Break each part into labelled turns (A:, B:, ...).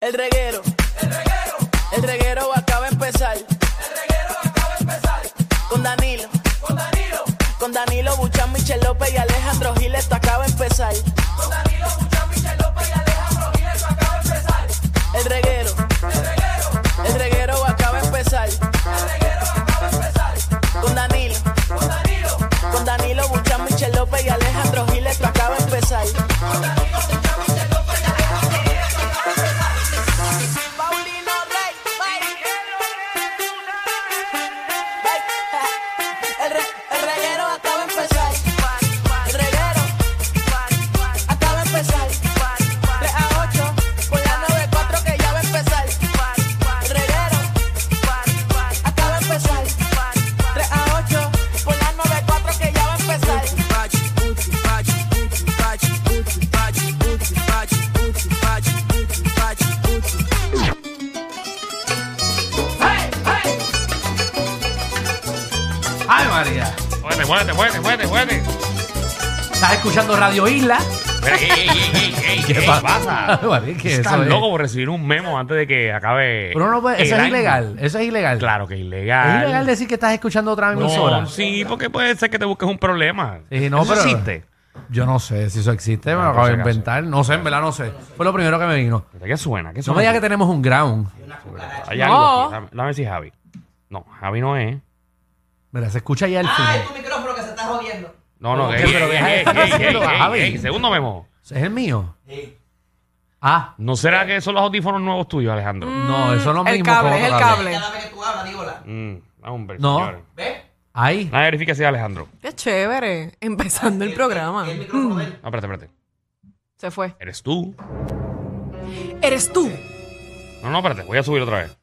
A: El reguero. El reguero acaba de empezar. Con Danilo. Con Danilo Buchan, Michel López y Alejandro Gil, esto acaba de empezar. El reguero. El reguero acaba de empezar. Con Danilo. Con Danilo Buchan, Michel López y Alejandro Gil, esto acaba de empezar. Paulino Rey, El, re- el reguero acaba de empezar. El reguero acaba de empezar. 3 a 8, con la 9-4 que ya va a empezar. El reguero acaba de empezar. 3 a 8, con la 9-4 que ya va a empezar.
B: ¡Ay, María!
C: Muévete, muévete, muévete, muévete, muévete.
B: Estás escuchando Radio Isla.
C: Pero, ey, ey, ey, ey, ey, ¿Qué
B: pa-
C: pasa?
B: Ay, María, ¿qué
C: Estás
B: eso es?
C: loco por recibir un memo antes de que acabe.
B: Pero uno no puede-
C: el
B: eso es
C: año.
B: ilegal. Eso es ilegal.
C: Claro que
B: Es
C: ilegal.
B: ilegal decir que estás escuchando otra
C: No,
B: emisora.
C: sí, porque puede ser que te busques un problema.
B: Sí, no,
C: Eso
B: pero-
C: existe.
B: Yo no sé si eso existe, me
C: No,
B: lo acabo
C: por
B: de
C: si acaso.
B: inventar. No sé, en verdad no sé. Fue lo primero que me vino.
C: Espérate, ¿Qué suena? ¿Qué
B: No
C: suena?
B: me digas que tenemos un ground.
C: Hay algo
B: No.
C: aquí. Dame, dame si es Javi. No, Javi no es.
B: Mira, se escucha ya el
D: Ah, es
B: fin.
D: tu micrófono que se está jodiendo.
C: No, no,
B: ¿Cómo
C: ey,
B: que? Pero
C: ey,
B: deja de
C: ey,
B: estar
C: ey,
B: haciendo,
C: ey, ey,
B: Javi.
C: ey, Segundo memo.
B: ¿Es el mío?
D: Sí.
B: Ah,
C: ¿No será que son los audífonos nuevos tuyos, Alejandro?
B: no, eso no es lo
A: El
B: mismo. que
A: cable, es el
B: otro
A: cable.
D: Cada vez que tú hablas, digo la.
C: Mm, hombre,
B: No.
C: señores.
D: ¿Ves?
B: Ahí.
C: Nadie verifica si es Alejandro.
E: Qué chévere. Empezando el programa.
D: El micrófono de él.
C: No, espérate, espérate.
E: Se fue.
C: ¿Eres tú?
E: Eres tú.
C: No, no, espérate. Voy a subir otra vez.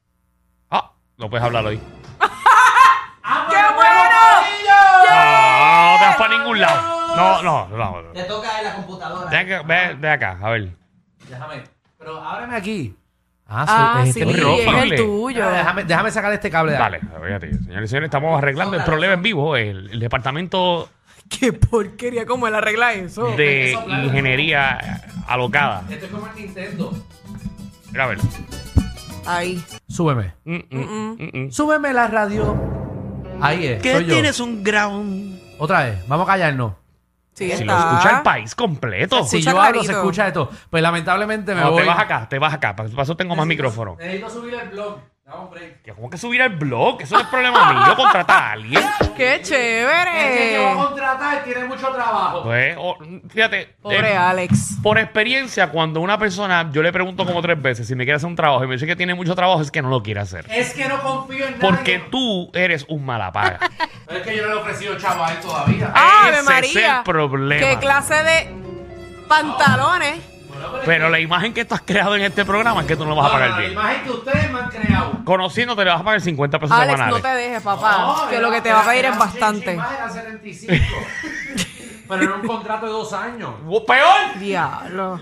C: Ah, no puedes hablarlo ahí.
E: ¡Qué Ah, bueno!
C: Ah, No, te vas para ningún lado. No, no, no. no.
D: Le toca en la computadora.
C: Ven acá, ve, ve acá, a ver.
B: Déjame. Pero ábreme aquí. Ah,
E: Ah,
B: su-
E: sí,
B: este
E: es
B: es mi
C: ropa.
B: ropa.
E: el
C: Horrible.
E: tuyo.
B: Ah, déjame, déjame sacar este cable de
C: Dale,
B: ahí.
C: fíjate. Señores y señores, estamos arreglando el problema en vivo. El, el departamento
E: Qué porquería, cómo él arregla eso.
C: de ingeniería alocada.
B: Esto es como el Nintendo.
C: Mira, a ver.
E: Ahí.
B: Súbeme.
C: Mm, mm, mm, mm.
B: Súbeme la radio. Ahí es. soy yo.
C: un ground?
B: Otra vez. Vamos a callarnos.
E: Sí,
C: Si lo
E: está.
C: escucha el país completo.
B: Si yo
E: Escucha
B: hablo, se
E: clarito.
B: escucha esto. Pues lamentablemente me
C: No,
B: voy.
C: te vas acá, te vas acá. Para eso tengo más micrófono.
B: Necesito subir el blog. Dame un break.
C: Que ¿Cómo que subir al blog? Eso no es problema mío. Contratar a alguien.
E: ¡Qué chévere!
B: contratar tiene mucho trabajo.
C: Pues, o- fíjate.
E: Pobre
C: eh,
E: Alex.
C: Por experiencia, cuando una persona, yo le pregunto como tres veces si me quiere hacer un trabajo y me dice que tiene mucho trabajo, es que no lo quiere hacer.
B: Es que no confío en
C: Porque tú eres un malapaga.
B: Es que yo no le he ofrecido chavo a él todavía.
E: ¡Ave
C: Ese
E: María!
C: es el problema.
E: ¡Qué clase de pantalones!
C: Pero la imagen que tú has creado en este programa es que tú no vas a pagar bien.
B: imagen que ustedes me han creado.
C: Conociéndote le vas a pagar 50 pesos
E: Alex, no
C: semanales.
E: te dejes, papá. que lo que te va a pedir es bastante.
B: Pero era un contrato de dos años.
C: ¡Oh, ¡Peor!
E: Diablo.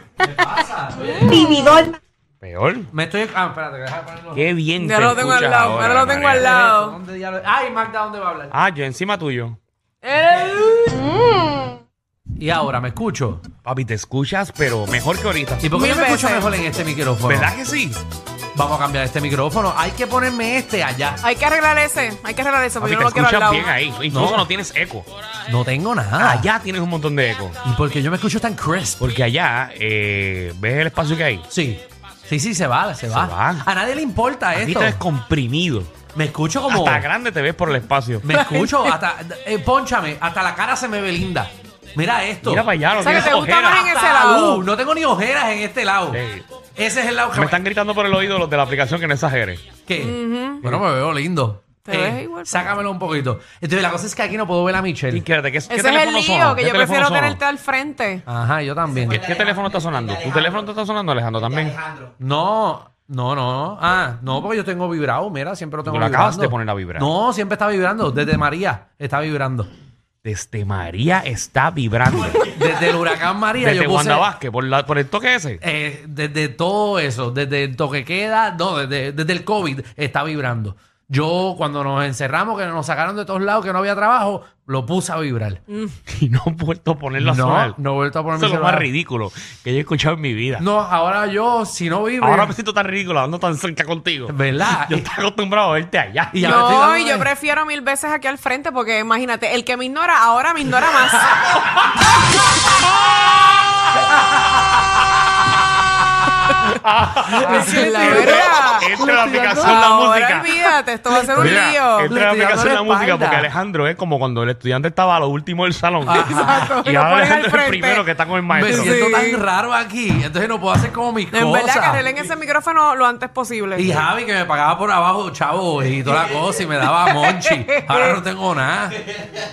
C: ¿Peor?
B: Me estoy. Ah, espérate, déjame ponerlo.
C: ¡Qué bien
E: Ya
C: te
E: lo tengo al
C: escuchas
E: lado,
C: ahora,
E: ahora lo tengo al
C: María.
E: lado.
B: ¿Dónde diablo- Ay, Magda, ¿dónde va a hablar?
C: Ah, yo encima tuyo.
E: Eh,
B: Y ahora, ¿me escucho?
C: Papi, te escuchas, pero mejor que ahorita.
B: ¿Y por qué
E: Mil
B: no me escucho
E: veces.
B: mejor en este micrófono?
C: ¿Verdad que sí?
B: Vamos a cambiar este micrófono. Hay que ponerme este allá.
E: Hay que arreglar ese. Hay que arreglar ese,
C: Papi,
E: porque yo
C: te
E: no lo quiero al
C: escuchas
E: lado.
C: bien ahí. Incluso
B: No.
C: no tienes eco.
B: No tengo
E: Ah.
B: nada.
C: Ah, Allá tienes un montón de eco.
B: ¿Y por qué yo me escucho tan crisp?
C: Porque allá, eh, ¿ves el espacio que hay?
B: Sí. Sí, sí, se va, se, va.
C: va.
B: A nadie le importa
C: Aquí
B: esto.
C: te ves comprimido.
B: Me escucho como.
C: Hasta grande te ves por el espacio.
B: Me escucho hasta. Eh, pónchame, hasta la cara se me ve linda. Mira esto.
C: Mira para allá,
E: O
C: lo
E: sea, que
C: tienes
E: te gusta
C: ojeras.
E: más en ese
B: Hasta la
E: lado.
B: luz. No tengo ni ojeras en este lado.
C: Sí.
B: Ese es el lado que
C: Me están gritando por el oído los de la aplicación que no exagere.
B: ¿Qué? Bueno, me veo lindo. Eh,
E: Te ves igual, pues. pero-
B: Sácamelo un poquito. Entonces, la cosa es que aquí no puedo ver a Michelle.
C: Y quédate, ¿qué,
E: Ese es el lío, que yo prefiero tenerte
C: tenerte
E: al frente.
B: Ajá, yo también.
C: ¿Qué, qué teléfono está sonando? ¿Tu teléfono te está sonando, Alejandro, también?
D: Alejandro.
B: No, no, no. Ah, no, porque yo tengo vibrado. Mira, siempre lo tengo
C: Tú lo
B: vibrando.
C: acabas de poner a vibrar.
B: No, siempre está vibrando. Desde María está vibrando.
C: Desde María está vibrando.
B: Desde el huracán María
C: Desde
B: yo puse...
C: Wanda Vázquez, por, la- por el toque ese.
B: eh, desde todo eso, desde el toque queda, no, desde, desde el COVID está vibrando. Yo, cuando nos encerramos, que nos sacaron de todos lados, que no había trabajo, lo puse a vibrar.
C: Y no he vuelto a ponerlo a
B: No,
C: sonar.
B: no he vuelto a poner
C: Eso
B: mi
C: es lo más
B: celular.
C: ridículo que yo he escuchado en mi vida.
B: No, ahora yo, si no vibro.
C: Ahora me siento tan ridículo ando tan cerca contigo.
B: ¿Verdad?
C: Yo estaba acostumbrado a verte allá.
B: Y- ya me estoy
E: No,
B: dando
E: y yo
B: de-
E: prefiero mil veces aquí al frente porque imagínate, el que me ignora ahora me ignora más. Ese es la verdad.
C: Entra la aplicación de la
E: Ahora
C: música.
E: olvídate, esto va a ser un
B: Mira,
E: lío.
B: el- Le
C: Entra la
B: estoy dando
C: aplicación de
B: la
C: la música
B: espalda.
C: porque Alejandro es como cuando el estudiante estaba a lo último del salón.
E: Exacto,
C: Y
E: lo
C: ahora
E: ponen al
C: Alejandro es el
E: frente.
C: primero que está con el
B: me
C: maestro.
E: Sí.
B: siento tan raro aquí. Entonces no puedo hacer como mis
E: En
B: cosas.
E: verdad que arreglen ese micrófono lo antes posible.
B: Y Javi que me pagaba por abajo, chavo, y toda la cosa, y me daba monchi. Ahora no tengo nada.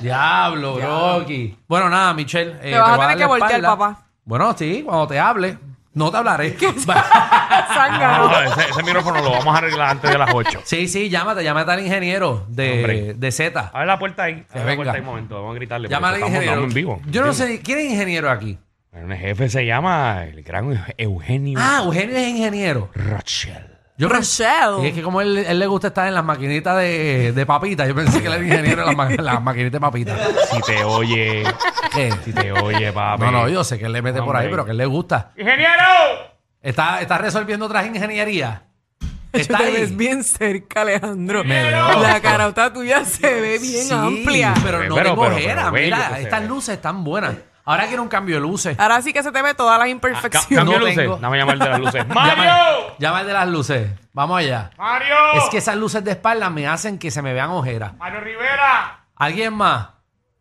B: Diablo, Brocky. Bueno, nada, Michelle. eh,
E: Te vas
B: voy
E: a tener
B: dar
E: que
B: la
E: voltear,
B: espalda.
E: papá.
B: Bueno, sí, cuando te hable. No te hablaré.
E: Zángano.
C: Ah, No, ese, ese micrófono lo vamos a arreglar antes de las 8.
B: sí, sí, llámate, llámate al ingeniero de,
C: Hombre.
B: de Z.
C: Abre la puerta ahí. Abre la
B: venga.
C: puerta ahí un momento. Vamos a gritarle. porque
B: Llámale al
C: estamos-
B: ingeniero.
C: estamos en vivo.
B: Yo no sé, ¿quién es ingeniero aquí?
C: Un jefe se llama el gran Eugenio
B: Ah, Eugenio es ingeniero.
C: Rothschild.
B: Yo pensé-
E: Rochelle.
B: Y es que como él, él le gusta estar en las maquinitas de, de papitas, yo pensé que él era ingeniero en las, ma- las maquinitas de papitas.
C: Si te oye,
B: ¿Qué?
C: si te oye, papi.
B: No, no, yo sé que él le mete por ahí,
C: Hombre.
B: pero que él le gusta.
C: ¡Ingeniero!
B: Está, está resolviendo otras ingenierías.
E: Tú
B: Está
E: te
B: ahí.
E: ves bien cerca, Alejandro.
B: Me veo.
E: La carota tuya se ve bien
B: Sí,
E: amplia.
B: Pero no
C: Pero,
B: tengo
C: pero,
B: ojera.
C: pero bello que
B: Mira,
C: se
B: estas
C: ve.
B: luces están buenas. Ahora quiero un cambio de luces.
E: Ahora sí que se te ve todas las
C: Ca-
E: imperfecciones.
C: cambio
B: No
C: luces.
B: tengo.
C: Dame llamar de las luces.
B: Llama,
C: ¡Mario!
B: llama el de las luces. Vamos allá.
C: ¡Mario!
B: Es que esas luces de espalda me hacen que se me vean ojeras.
C: ¡Mario Rivera!
B: ¿Alguien más?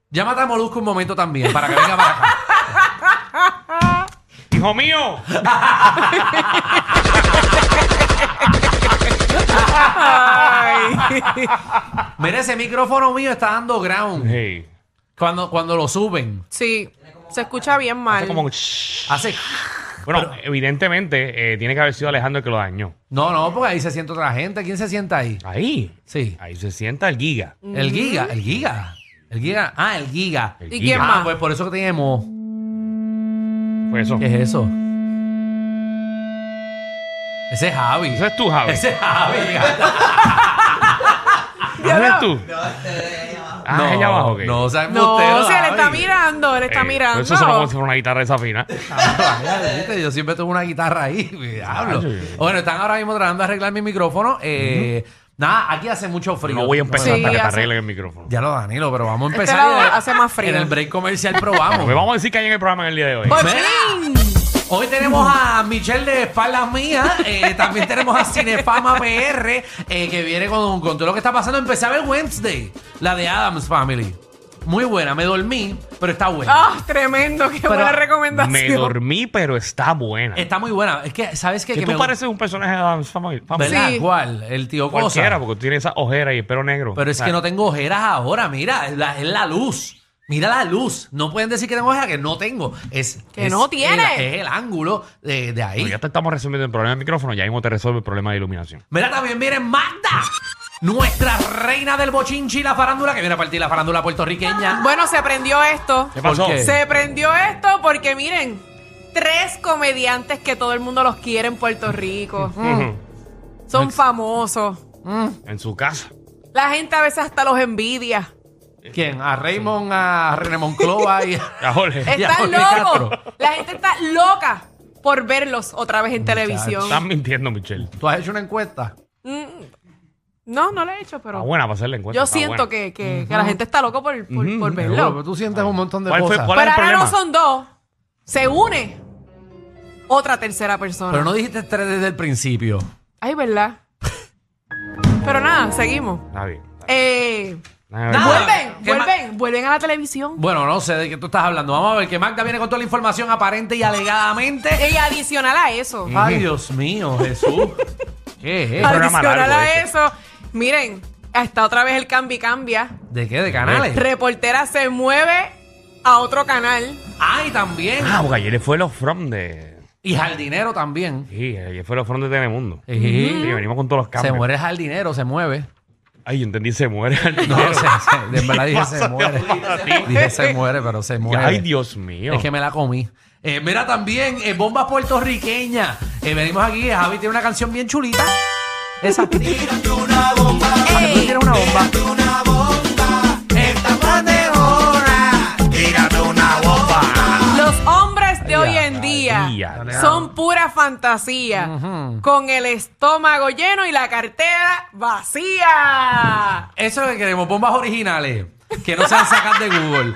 B: Llámate a Molusco un momento también para que venga para acá.
C: ¡Hijo mío! Ah,
E: Ay.
B: Mira, ese micrófono mío está dando ground.
C: Hey.
B: Cuando, cuando lo suben,
E: Sí, se escucha bien mal.
C: Hace como un shhh.
B: hace.
C: Bueno, evidentemente eh, tiene que haber sido Alejandro el que lo dañó.
B: No, no, porque ahí se sienta otra gente. ¿Quién se sienta ahí?
C: Ahí.
B: Sí.
C: Ahí se sienta el giga.
B: El giga, el giga. El giga. Ah, el giga.
C: El
E: ¿Y
C: giga.
E: quién
B: Ah,
E: más?
B: pues por eso que tenemos.
C: Pues eso.
B: ¿Qué es eso? Ese es Javi.
C: Eso es tú, Javi. Ah,
B: Ese es Javi. gata.
C: ¿No eres tú?
B: este
C: Ah,
B: no,
C: es ella abajo. ok.
B: No, o sea, es
E: No,
B: embustero,
E: se le
B: Javi.
E: está mirando, le está
C: Eh,
E: mirando.
C: Eso suena como si fuera una guitarra desafina.
B: Ah, vaya, viste, Yo siempre tengo una guitarra ahí. me Diablo.
C: Ay,
B: Bueno, están ahora mismo tratando de arreglar mi micrófono. Eh, Nada, aquí hace mucho frío.
C: No voy a empezar
E: Sí,
C: hasta que te
E: hace-
C: arreglen el micrófono.
B: Ya lo Danilo, pero vamos a empezar.
E: lado
B: en el-
E: hace más frío.
B: En el break comercial
C: Lo
B: probamos.
C: que Pues vamos a decir que hay en el programa en el día de hoy.
E: ¡Pochín!
B: Hoy tenemos a Michelle de espaldas mías, eh, también tenemos a Cinefama PR, eh, que viene con, con todo lo que está pasando. Empecé a ver Wednesday, la de Adams Family. Muy buena, me dormí, pero está buena.
E: ¡Ah, tremendo! ¡Qué
B: Pero
E: buena
B: me
E: recomendación!
C: Me dormí, pero está buena.
B: Está muy buena. Es que, ¿sabes qué?
C: Que
B: Este Que
C: tú
B: me-
C: pareces un personaje de Adam's Family. Family.
B: ¿Verdad?
E: Sí.
B: ¿Cuál? El tío
C: Cualquiera,
B: Cosa.
C: porque tú tienes esa ojera y el pelo negro.
B: Pero
C: O
B: es
C: sea,
B: que no tengo ojeras ahora, mira, es la, es la luz. Mira la luz. No pueden decir que tengo ojeras, que no tengo. Es,
E: Que
B: es
E: no tiene.
B: el- es el ángulo de, de ahí.
C: Bueno, ya te estamos resolviendo el problema del micrófono, ya mismo te resuelve el problema de iluminación.
B: Mira, también viene Magda, nuestra reina del bochinchi y la farándula, que viene a partir la farándula puertorriqueña.
E: Bueno, se prendió esto.
C: ¿Qué
B: ¿Por
C: pasó?
B: qué?
E: Se prendió esto porque, miren, tres comediantes que todo el mundo los quiere en Puerto Rico. Mm.
C: Ujú.
E: Son famosos.
C: En su casa.
E: La gente a veces hasta los envidia.
B: ¿Quién? A Raymond, a René Monclova y a...
C: Ya, Jorge.
B: Eh,
E: Están
B: Jorge
E: locos.
B: Castro.
E: La gente está loca por verlos otra vez en televisión.
C: Estás mintiendo, Michelle.
B: ¿Tú has hecho una encuesta?
E: No, no lo he hecho,
C: Está
E: pero
C: buena para hacerle encuesta.
E: yo
C: está
E: siento
C: buena.
E: que, que- que la gente está loca por, por, por
B: Mm, Seguro,
E: verlo.
B: pero tú sientes un montón de
C: ¿Cuál fue-
B: cosas.
C: cuál-
E: Pero
C: es el
E: ahora no
C: problema?
E: son dos. Se une otra tercera persona.
B: Pero no dijiste tres desde el principio.
E: Ay, ¿verdad? pero nada, seguimos.
C: Está bien.
E: Eh,
C: Nada,
B: Nada.
C: bueno.
E: vuelven,
B: ¿qué más?
E: vuelven, vuelven a la televisión.
B: Bueno, no sé de qué tú estás hablando. Vamos a ver que Magda viene con toda la información aparente y alegadamente.
E: Y adicional a eso.
B: Ay, Dios mío, Jesús. ¿Qué es?
C: Ay. programa largo,
E: adicional a
C: de
E: eso. Miren, está otra vez el cambio y cambia.
B: ¿De qué? ¿De canales?
E: Reportera se mueve a otro canal.
B: Ay, también.
C: Ah, porque ayer fue los from de.
B: Y jardinero también.
C: Sí, ayer fue los from de Telemundo.
B: Ujú.
C: Sí, venimos con todos los cambios.
B: Se muere el jardinero, se mueve.
C: Ay, yo entendí, se muere.
B: No, se, se- de verdad dije
C: Pásate
B: se muere.
C: a ti.
B: Dije se muere, pero se muere.
C: Ay, Dios mío.
B: Es que me la comí. Eh, mira también, eh, bomba puertorriqueña. Eh, venimos aquí, Javi tiene una canción bien chulita. Esa.
E: Ey,
B: Tira una bomba. Esta patejona.
F: Tírate una bomba.
E: los hombres de hoy en
C: ya,
E: día
C: ya.
E: son pura fantasía. Con el estómago lleno y la cartera vacía.
B: Eso es lo que queremos, bombas originales. Que no sean sacas de Google.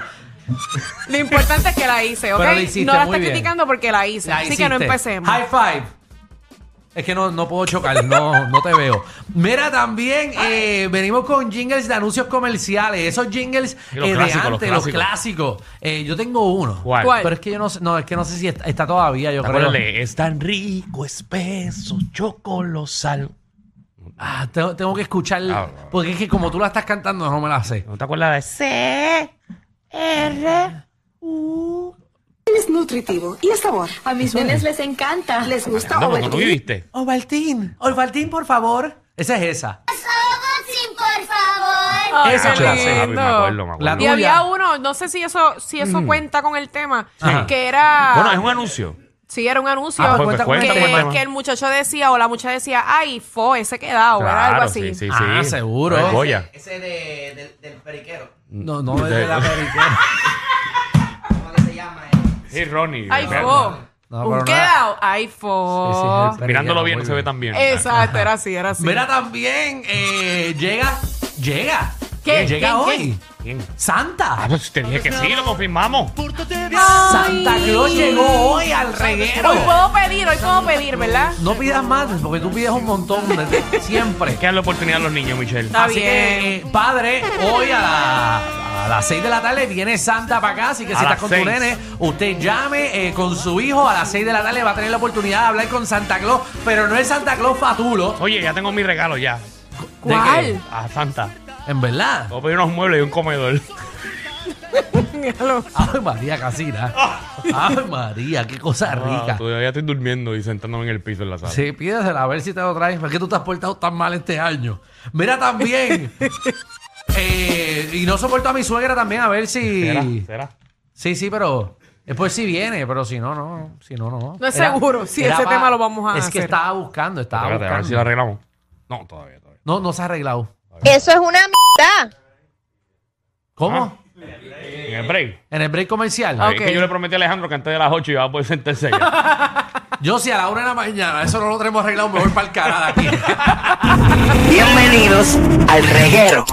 E: Lo importante es que la hice, ¿ok?
B: Pero la hiciste,
E: no la
B: muy
E: estoy
B: bien.
E: criticando porque la hice.
B: La
E: así
B: hiciste.
E: que no empecemos.
B: High five. Es que no, no puedo chocar, no, no te veo. Mira, también eh, venimos con jingles de anuncios comerciales. Esos jingles
C: Y los
B: eh, de
C: clásicos, los
B: antes, los clásicos. Eh, yo tengo uno.
C: ¿Cuál?
E: ¿Cuál?
B: Pero es que yo no sé, no, es que no sé si está, está todavía, yo creo.
C: Acuérdale, es tan rico, espeso, chocolosal.
B: Ah, tengo, tengo que escuchar,
C: Ah, bueno.
B: porque es que como tú la estás cantando, no me la sé.
C: ¿No te acuerdas de C? R. U.
G: es nutritivo y el sabor. A mis nenes les encanta. Les gusta
C: No, porque tú
G: Ovaltine.
C: viviste.
B: Ovaltín, Ovaltín, por favor. Esa es esa.
H: por favor.
E: Ay,
B: Esa
E: qué
B: clase,
C: Papi, Ah, me
E: lindo.
C: acuerdo, me
B: La
C: acuerdo.
E: Y
B: tuya.
E: había uno, no sé si eso, si eso cuenta con el tema,
B: Ajá.
E: que era.
C: Bueno, es un anuncio.
E: Sí, era un anuncio.
B: Ah,
C: pues,
B: cuenta,
C: pues,
E: que,
B: cuenta,
C: cuenta,
B: cuenta.
E: que el muchacho decía o la muchacha decía, ay, fo, ese quedado, era algo así.
C: sí, sí, sí.
B: Ah, seguro.
C: Ay, Goya.
D: Ese de, del, del periquero.
B: No, no, es de la periquera.
D: ¿Cómo que se llama? eh?
C: Sí, Ronnie.
E: Ay,
C: Espérate.
E: fo.
B: No, pero
E: un
B: no
E: quedado, ay,
B: Sí,
E: fo.
B: sí,
C: Mirándolo bien,
B: Muy
C: no se ve tan bien.
E: Exacto, era así, era así.
B: Mira también, eh, llega, llega.
E: ¿Qué?
B: Llega
E: ¿Quién?
B: hoy.
C: Bien.
B: Santa.
C: Ah, pues te dije que sí, lo confirmamos.
B: Santa Claus llegó hoy al reguero.
E: Hoy puedo pedir, hoy puedo pedir, ¿verdad?
B: No pidas más, porque tú pides un montón desde siempre.
C: Hay que darle oportunidad a los niños, Michelle.
E: Está
B: así que, eh,
E: bien.
B: padre, hoy a, la- a las 6 de la tarde viene Santa para acá, así que
C: A
B: si
C: las
B: estás con
C: seis.
B: tu nene, usted llame eh, con su hijo a las 6 de la tarde, va a tener la oportunidad de hablar con Santa Claus, pero no es Santa Claus fatulo,
C: Oye, ya tengo mi regalo ya.
E: ¿Cuál?
C: A Santa.
B: en verdad.
C: Voy a pedir unos muebles y un comedor.
E: Míralo.
B: Ay María Casina. Ay María, qué cosa rica.
C: Oh. Ah, todavía estoy durmiendo y sentándome en el piso en la sala.
B: Sí, pídesela, a ver si te lo traes. ¿Por qué tú te has portado tan mal este año? Mira también. eh, y no soporto a mi suegra también, a ver si.
C: ¿Será? ¿Será?
B: Sí, sí, pero. Después si viene, pero si no, no. Si no, no.
E: No es seguro, sí, ese tema lo vamos a
B: Es que
E: hacer.
B: estaba buscando, estaba
C: Espérate, a ver si
B: Ah, buscando.
C: lo arreglamos. No, todavía, todavía.
B: No, no se ha arreglado.
H: Eso es una mierda.
B: ¿Cómo?
C: Ah. En el break.
B: En el break comercial.
E: Ah.
C: Es
E: Ok.
C: que yo le prometí a Alejandro que antes de las 8 iba a poder sentarse allá.
B: Yo si a la una de la mañana, eso no lo tenemos arreglado, me voy para el canal aquí.
A: Bienvenidos al reguero.